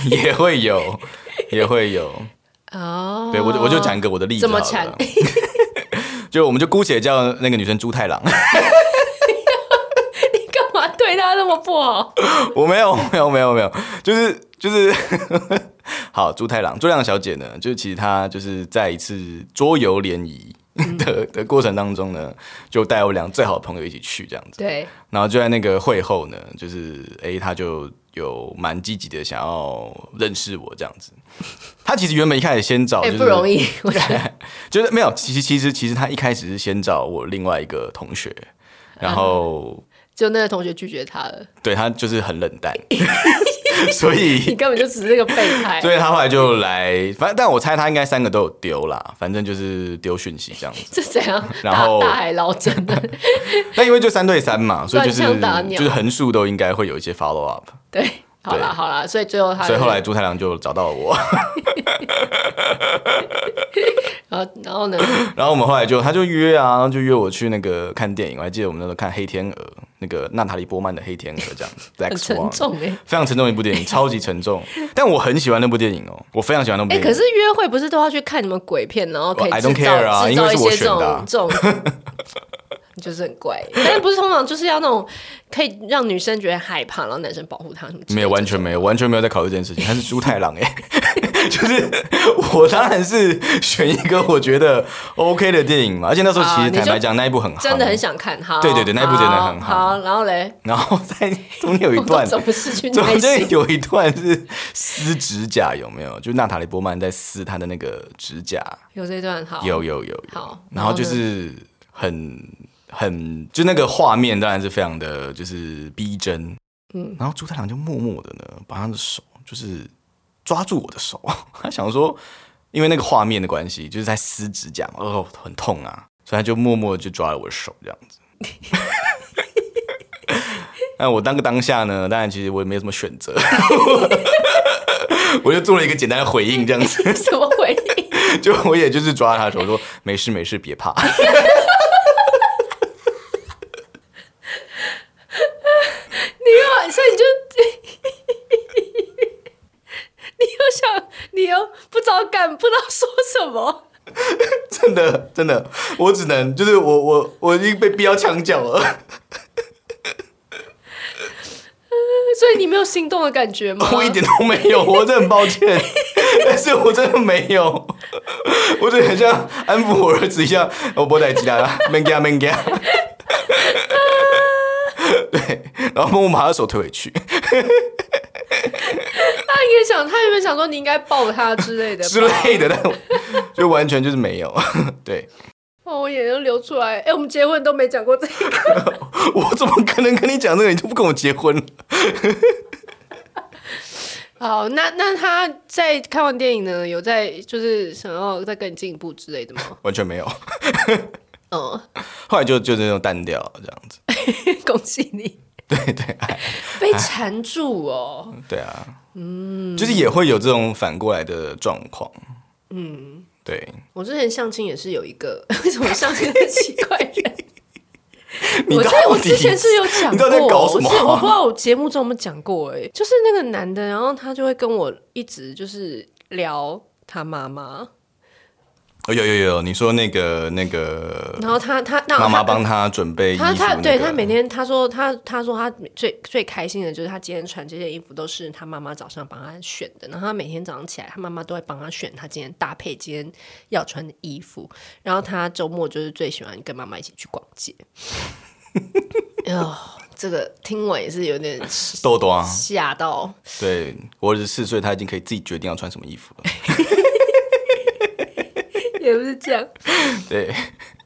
S3: 也 会有，也会有。
S1: 哦
S3: 对我就我就讲一个我的例子
S1: 怎
S3: 好
S1: 么
S3: 了，
S1: 缠
S3: 就我们就姑且叫那个女生猪太郎。
S1: 干嘛对他那么不好？
S3: 我没有，没有，没有，没有，就是就是， 好，朱太郎，朱太郎小姐呢，就是其实她就是在一次桌游联谊
S1: 嗯
S3: 的的过程当中呢，就带我两个最好的朋友一起去这样子，
S1: 对，
S3: 然后就在那个会后呢，就是诶，她就有蛮积极的想要认识我这样子，她其实原本一开始先找、
S1: 哎、
S3: 就是
S1: 不容易， 我觉得
S3: 就是没有，其实其实其实她一开始是先找我另外一个同学，然后
S1: 就那个同学拒绝他了。
S3: 对他就是很冷淡， 所以
S1: 你根本就只是个备胎。
S3: 所以他后来就来，反正但我猜他应该三个都有丢啦，反正就是丢讯息这样子。
S1: 这怎样？
S3: 然后
S1: 大大海捞针啊 的，
S3: 那因为就三对 三嘛，所以就是
S1: 乱枪打鸟
S3: 就是横竖都应该会有一些 follow up，
S1: 对，好
S3: 对
S1: 啦好啦，所以最后他，
S3: 所以后来，朱太郎就找到了我，
S1: 然后然后 呢？
S3: 然后我们后来就他就约啊，然后就约我去那个看电影，我还记得我们那时候看《黑天鹅》，那个娜塔莉波曼的《黑天鹅》这样子 ，Black
S1: 很
S3: Swan，
S1: 沉重哎、欸。
S3: 非常沉重的一部电影，超级沉重，但我很喜欢那部电影哦，我非常喜欢那部
S1: 哎、
S3: 电影。
S1: 可是约会不是都要去看什么鬼片，然后可以
S3: I
S1: 制
S3: don't
S1: 造
S3: care 啊
S1: 制
S3: 因
S1: 造
S3: 为
S1: 一
S3: 是我
S1: 些这种
S3: 选的啊
S1: 这种，就是很怪。但是不是通常就是要那种可以让女生觉得害怕，然后男生保护她什么之类的？
S3: 没有，完全没有，完全没有在考虑这件事情。他是猪太郎哎、 就是我当然是选一个我觉得 OK 的电影嘛，而且那时候其
S1: 啊
S3: 实
S1: 你就
S3: 坦白讲，那一部很好，
S1: 真的很。想看。好，
S3: 对对对那一部真的很好
S1: 好。然后嘞，
S3: 然后在中间有一
S1: 我
S3: 段，
S1: 都怎么失去耐
S3: 中 间
S1: 心？
S3: 有一段是撕指甲，有没有？就娜塔莉波曼在撕她的那个指甲，
S1: 有这段好，
S3: 有有有有。
S1: 好
S3: 然后就
S1: 然
S3: 是很很，就那个画面当然是非常的，就是逼真。嗯，然后朱太郎就默默的呢，把他的手就是抓住我的手， 他想说，因为那个画面的关系，就是在撕指甲嘛，哦，很痛啊，所以他就默默地就抓了我的手这样子。 那我当个当下呢，当然其实我也没有什么选择， 我就做了一个简单的回应这样子。
S1: 什么回应？
S3: 就我也就是抓他的手说没事没事别怕，
S1: 你又所以你就 你又想，你又不知道干，不知道说什么。
S3: 真的真的，我只能就是我我我已经被逼到墙角了，
S1: 所以你没有心动的感觉吗？
S3: 我一点都没有，我真的很抱歉， 但是我真的没有，我真的很像安抚我儿子一样，我不带吉他啦，免惊免惊。 对，然后我把他的手推回去
S1: 他应该想，他原本想说你应该抱他之类 的吧
S3: 之类的，但我就完全就是没有。 对，
S1: 哦，我眼泪都流出来。哎、我们结婚都没讲过这 个，
S3: 我怎么可能跟你讲这个？你就不跟我结婚了？
S1: 好，那那他在看完电影呢，有在就是想要再跟你进一步之类的 吗？
S3: 完全没有。
S1: 嗯，
S3: 后来就就那种淡掉这样子。
S1: 恭喜你
S3: 对对
S1: 被缠住哦。
S3: 对啊，嗯，就是也会有这种反过来的状况。嗯，对，
S1: 我之前相亲也是有一个， 为什么相亲的奇怪人？
S3: 你
S1: 我
S3: 到
S1: 之
S3: 底
S1: 我之前是有讲
S3: 你
S1: 过，
S3: 到底在搞什么啊
S1: 我是我不知道我节目中有没有讲过、哎，就是那个男的，然后他就会跟我一直就是聊他妈妈，
S3: 哦有有有，你说那个那个
S1: 然后他他那
S3: 呃妈妈
S1: 他
S3: 帮他准备衣服、
S1: 他
S3: 那
S1: 他对
S3: 个
S1: 他每天他说他他说他最最开心的就是他今天穿这件衣服都是他妈妈早上帮他选的，然后他每天早上起来，他妈妈都会帮他选他今天搭配今天要穿的衣服，然后他周末就是最喜欢跟妈妈一起去逛街。 哎呦，这个听完也是有点
S3: 豆豆啊，
S1: 吓到。
S3: 对我儿子四岁，他已经可以自己决定要穿什么衣服 了。
S1: 也不是这样，
S3: 对，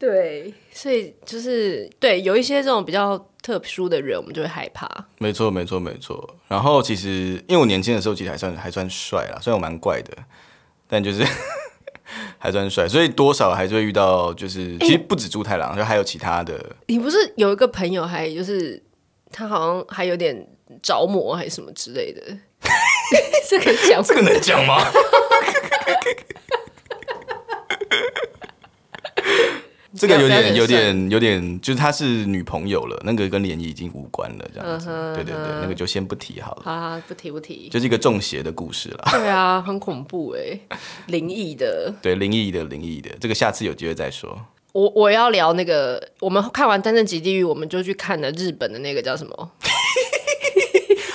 S1: 对，所以就是对有一些这种比较特殊的人，我们就会害怕。
S3: 没错没错没错。然后其实因为我年轻的时候其实还算还算帅啦，虽然我蛮怪的，但就是 还算帅，所以多少还是会遇到，就是其实不止猪太郎，就还有其他的。
S1: 你不是有一个朋友，还就是他好像还有点着魔，还是什么之 类的，这个讲
S3: 这个能 讲吗？这个有
S1: 不要
S3: 点
S1: 不要
S3: 有点有点，就是她是女朋友了，那个跟联谊已经无关了，这样子。
S1: 嗯
S3: 对对对，那个就先不提好了，
S1: 啊，不提不提。
S3: 就是一个中邪的故事啦。
S1: 对啊，很恐怖哎、灵异的。
S3: 对，灵异的灵异的，这个下次有机会再说。
S1: 我我要聊那个，我们看完《单身级地狱》，我们就去看了日本的那个叫什么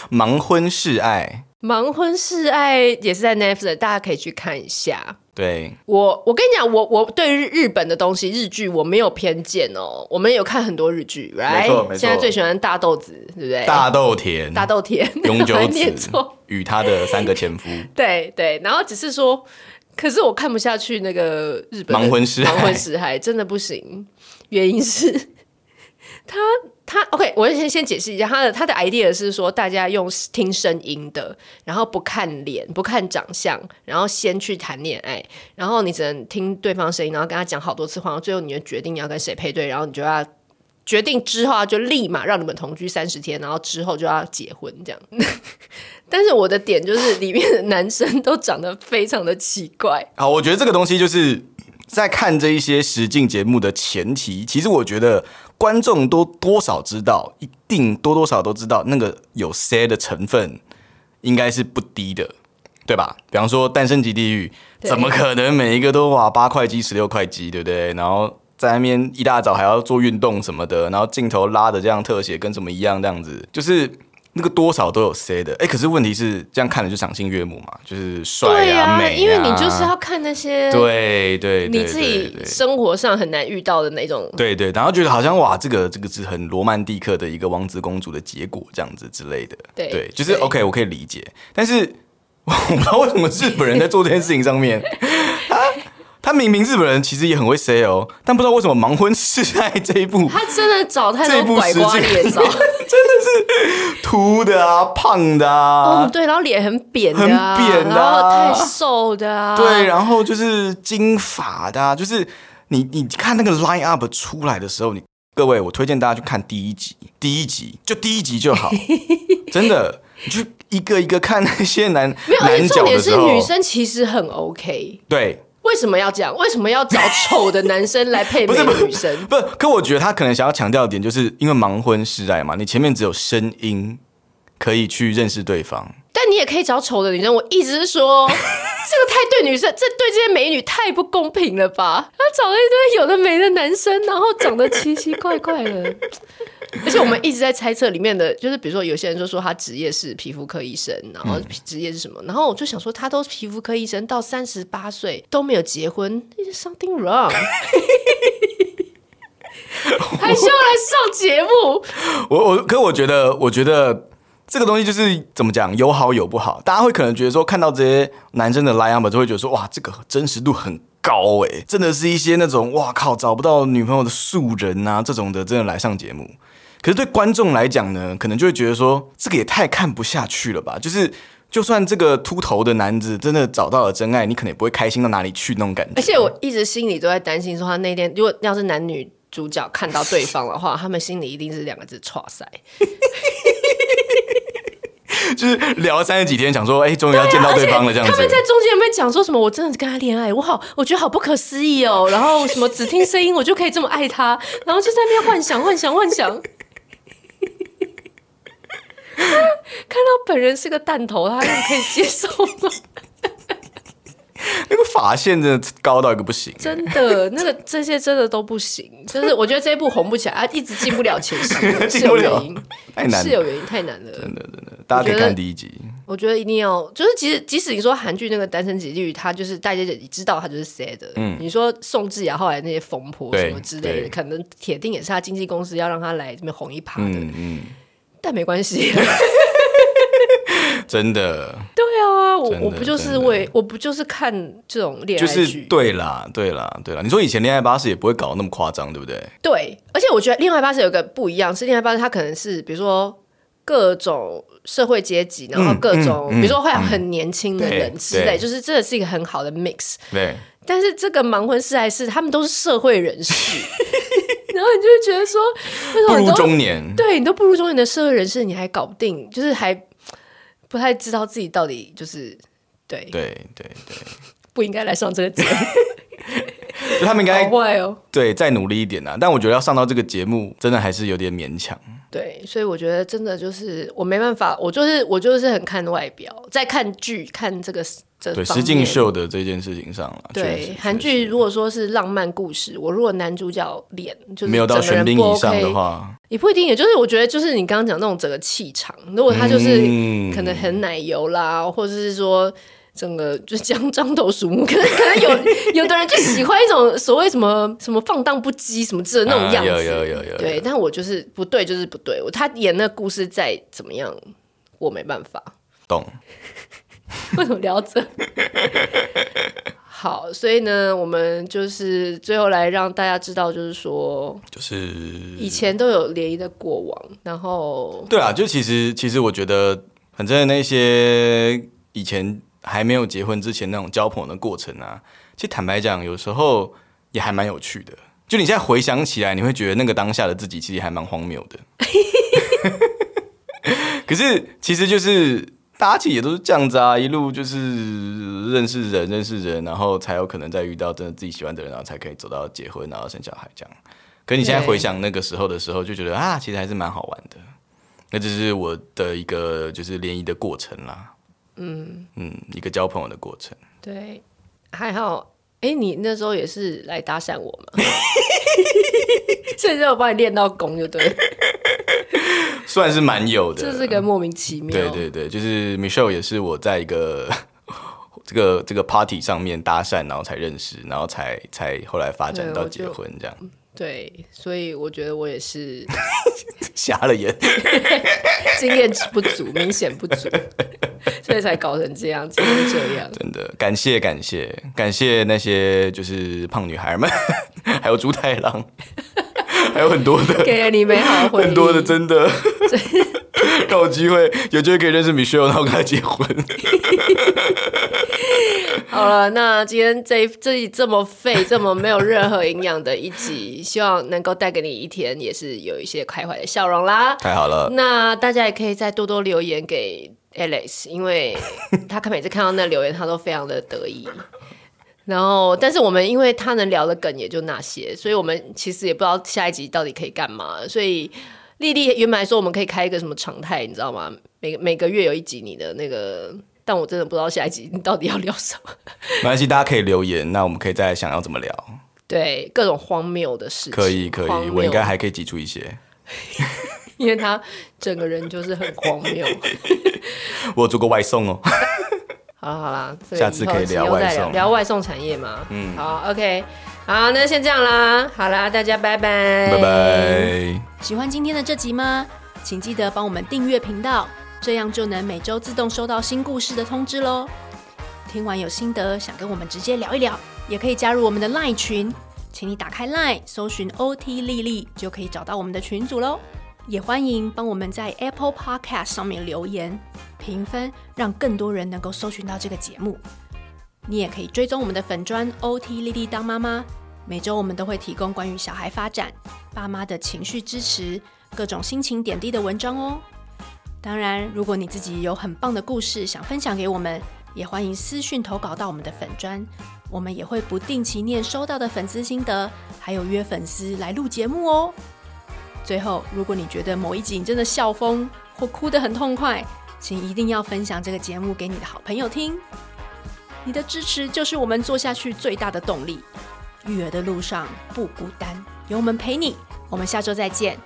S3: 盲婚示爱，
S1: 《盲婚试爱》，也是在 Netflix，大家可以去看一下。
S3: 对，
S1: 我我跟你讲，我我对日日本的东西日剧我没有偏见哦，我们有看很多日剧
S3: 没
S1: ，right？
S3: 错没错
S1: 现在最喜欢大豆子，对不对？
S3: 大豆田、
S1: 哎大豆田，
S3: 永久
S1: 我还念
S3: 子
S1: 错，
S3: 与他的三个前夫，
S1: 对对，然后只是说，可是我看不下去那个日本的
S3: 盲婚 失
S1: 盲
S3: 害
S1: 婚失海真的不行，原因是 他他 OK，我先先解释一下他的他的 idea 是说，大家用听声音的，然后不看脸，不看长相，然后先去谈恋爱，然后你只能听对方声音，然后跟他讲好多次话，然后最后你就决定你要跟谁配对，然后你就要决定之后啊就立马让你们同居三十天，然后之后就要结婚这样。但是我的点就是里面的男生都长得非常的奇 怪，
S3: 好，我觉得这个东西就是在看这一些实境节目的前提，其实我觉得观众都多少知道，一定多多少都知道那个有 C 的成分应该是不低的，对吧？比方说《诞生级地狱》，
S1: 对
S3: 怎么可能每一个都哇八块肌、十六块肌，对不对？然后在那边一大早还要做运动什么的，然后镜头拉的这样特写跟什么一样，这样子就是。那个多少都有 C 的，哎、可是问题是这样看了就赏心悦目嘛，就是帅
S1: 对
S3: 啊、美啊，
S1: 因为你就是要看那些
S3: 对对，对
S1: 你自己生活上很难遇到的那种
S3: 对对对，然后觉得好像哇，这个这个是很罗曼蒂克的一个王子公主的结果这样子之类的，
S1: 对
S3: 就是
S1: 对
S3: OK，我可以理解，但是我不知道为什么日本人在做这件事情上面，他他明明日本人其实也很会 say 哦，但不知道为什么盲婚试爱这一步
S1: 他真的找太
S3: 这部
S1: 多拐
S3: 实
S1: 瓜
S3: 际
S1: 裂枣，
S3: 秃的啊，胖的啊，
S1: 哦，对，然后脸很扁的、啊，
S3: 很扁的
S1: 然后
S3: 啊
S1: 太瘦的、啊，
S3: 对，然后就是金发的、啊，就是你你看那个 line up 出来的时候，你各位，我推荐大家去看第一集，第一集就第一集就 好，真的，你去一个一个看那些男
S1: 没有，而且
S3: 男
S1: 重
S3: 角
S1: 点
S3: 的时
S1: 是
S3: 候，
S1: 女生其实很 OK，
S3: 对，
S1: 为什么要这样？为什么要找丑的男生来配
S3: 不
S1: 美
S3: 是不是
S1: 女生？
S3: 不，可我觉得他可能想要强调的点，就是因为盲婚试爱嘛，你前面只有声音可以去认识对方，
S1: 但你也可以找丑的女生。我一直是说，这个太对女生，这对这些美女太不公平了吧？他找了一堆有的没的男生，然后长得奇奇怪怪的。而且我们一直在猜测里面的，就是比如说有些人就说他职业是皮肤科医生，然后职业是什么？然后我就想说，他都皮肤科医生到三十八岁都没有结婚，is，something wrong。还需要来上节目？
S3: 我我，可我觉得，我觉得这个东西就是怎么讲，有好有不好。大家会可能觉得说，看到这些男生的 line up，就会觉得说，哇，这个真实度很高诶、真的是一些那种哇靠找不到女朋友的素人啊这种的，真的来上节目。可是对观众来讲呢，可能就会觉得说，这个也太看不下去了吧？就是，就算这个秃头的男子真的找到了真爱，你可能也不会开心到哪里去那种感觉。
S1: 而且我一直心里都在担心，说他那天如果要是男女主角看到对方的话，他们心里一定是两个字“错塞
S3: 就是聊了三十几天，想说，哎、终于要”。见到对方了，这样
S1: 啊他
S3: 子
S1: 们。在中间有没有讲说什么？我真的跟他恋爱，我好，我觉得好不可思议哦。然后什么只听声音我就可以这么爱他， 然后就在那边幻想、幻想、幻想。 看到本人是个弹头，他们可以接受吗？
S3: 那个发线真的高到一个不行、
S1: 真的，那个这些真的都不行。就是我觉得这一部红不起来，啊，一直进不了前 十，
S3: 进
S1: 是
S3: 不
S1: 有
S3: 了
S1: 原因，
S3: 太难了
S1: 是有原因，太难了。
S3: 大家可以
S1: 我觉得
S3: 看第一集。
S1: 我觉得一定要，就是即使即使你说韩剧那个《单身即地狱》，它就是大家也知道它就是 sad 的。你说宋智雅后来那些风波
S3: 嗯对
S1: 什么之类
S3: 对
S1: 的，可能铁定也是他经纪公司要让他来这边红一趴的，
S3: 嗯嗯，
S1: 但没关 系。
S3: 真的
S1: 对啊，我
S3: 真的
S1: 我不就是
S3: 真的
S1: 为我不就是看这种恋
S3: 就
S1: 爱
S3: 是
S1: 剧？
S3: 对啦，对啦，对啦。你说以前恋爱巴士也不会搞那么夸张，对不对？
S1: 对，而且我觉得恋爱巴士有个不一样，是恋爱巴士它可能是比如说各种社会阶级，然后各种、比如说会有很年轻的人
S3: 嗯对
S1: 之类，
S3: 对
S1: 就是真的是一个很好的 mix。
S3: 对，
S1: 但是这个盲婚试爱是他们都是社会人士， 然后你就会觉得说，为什
S3: 步
S1: 么你
S3: 入
S1: 都
S3: 中年，
S1: 对你都不如中年的社会人士，你还搞不定，就是还不太知道自己到底就是对
S3: 对对对，
S1: 不应该来上这个节目，
S3: 就他们应该
S1: 好坏哦。
S3: 对再努力一点啦。啊但我觉得要上到这个节目，真的还是有点勉强。
S1: 对，所以我觉得真的就是我没办法，我就是我就是很看外表，在看剧看这个这
S3: 对，
S1: 方
S3: 实境
S1: 面
S3: 秀的这件事情上了，确实
S1: 对，韩
S3: 确
S1: 剧如果说是浪漫故事，我如果男主角脸就
S3: 实
S1: 是
S3: 没有到
S1: 整个
S3: 玄
S1: 人
S3: 彬
S1: 不
S3: 以上
S1: OK
S3: 的话，
S1: 也不一定，也就是我觉得就是你刚刚讲那种整个气场，如果他就是
S3: 嗯
S1: 可能很奶油啦，或者是说整个就是将獐头鼠 目，可能可能有有的人就喜欢一种所谓什么什么放荡不羁什么之类的那种
S3: 啊
S1: 样子，
S3: 有有有有有
S1: 对，但我就是不对，就是不对，我他演那故事再怎么样， 我没办法。
S3: 懂。
S1: 为什么聊这？ 好，所以呢，我们就是最后来让大家知道，就是说
S3: 就是
S1: 以前都有联谊的过往，然后
S3: 对啊，就其实其实我觉得，反正那些以前还没有结婚之前那种交朋友的过程啊，其实坦白讲，有时候也还蛮有趣的。就你现在回想起来，你会觉得那个当下的自己其实还蛮荒谬的。 可是其实就是大家其实也都是这样子啊，一路就是认识人，认识人，然后才有可能再遇到真的自己喜欢的人，然后才可以走到结婚，然后生小孩这样。可你现在
S1: 对
S3: 回想那个时候的时候，就觉得啊，其实还是蛮好玩的。那这是我的一个就是联谊的过程啦，嗯嗯，一个交朋友的过程。
S1: 对，还好。哎，你那时候也是来搭讪我嘛？ 所以就我帮你练到功就对了，
S3: 啊算是蛮有的。
S1: 这是个莫名其妙。
S3: 对对对，就是 Michelle 也是我在一个 这个这个 party 上面搭讪，然后才认识，然后才才后来发展
S1: 对
S3: 到
S1: 我就
S3: 结婚这样，
S1: 对，所以我觉得我也是
S3: 瞎了眼。
S1: 经验不足，明显不 足，所以才搞成这样，才会这样。
S3: 真的，感谢感谢感谢那些就是胖女孩们， 还有猪太郎， 还有很多的
S1: 给了你美好的 回忆，
S3: 很多的真 的，让我机会有机会可以认识 Michelle，然后跟她结婚。
S1: 好了，那今天这一这一这么废、 这么没有任何营养的一集，希望能够带给你一天也是有一些开怀的笑容啦。
S3: 太好了，
S1: 那大家也可以再多多留言给 Alex，因为他看每次看到那留言，他都非常的得意。 然后，但是我们因为他能聊的梗也就那些，所以我们其实也不知道下一集到底可以干嘛。所以丽丽原本来说我们可以开一个什么常态，你知道吗？每每个月有一集你的那个，但我真的不知道下一集你到底要聊什 么。
S3: 没关系，大家可以留言，那我们可以再想要怎么聊，
S1: 对，各种荒谬的事情。
S3: 可以可
S1: 荒
S3: 以，
S1: 谬
S3: 我应该还可以挤出一些。
S1: 因为他整个人就是很荒谬。
S3: 我有做过外送哦。
S1: 好啦好啦，这个
S3: 下次可以聊
S1: 以后再
S3: 外送
S1: 聊外送产业嘛。嗯，好，OK，好，那先这样啦，好啦，大家拜拜，
S3: 拜。拜。
S4: 喜欢今天的这集吗？请记得帮我们订阅频道，这样就能每周自动收到新故事的通知喽。听完有心得，想跟我们直接聊一聊，也可以加入我们的 LINE 群，请你打开 LINE 搜寻 OT 丽丽，就可以找到我们的群组喽。也欢迎帮我们在 Apple Podcast 上面留言评分，让更多人能够搜寻到这个节目。你也可以追踪我们的粉砖 OT 丽丽当妈妈，每周我们都会提供关于小孩发展、爸妈的情绪支持、各种心情点滴的文章哦。当然，如果你自己有很棒的故事想分享给我们，也欢迎私讯投稿到我们的粉砖，我们也会不定期念收到的粉丝心得，还有约粉丝来录节目哦。最后，如果你觉得某一集你真的笑疯或哭得很痛快，请一定要分享这个节目给你的好朋友听。你的支持就是我们做下去最大的动力。育儿的路上不孤单，有我们陪你。我们下周再见，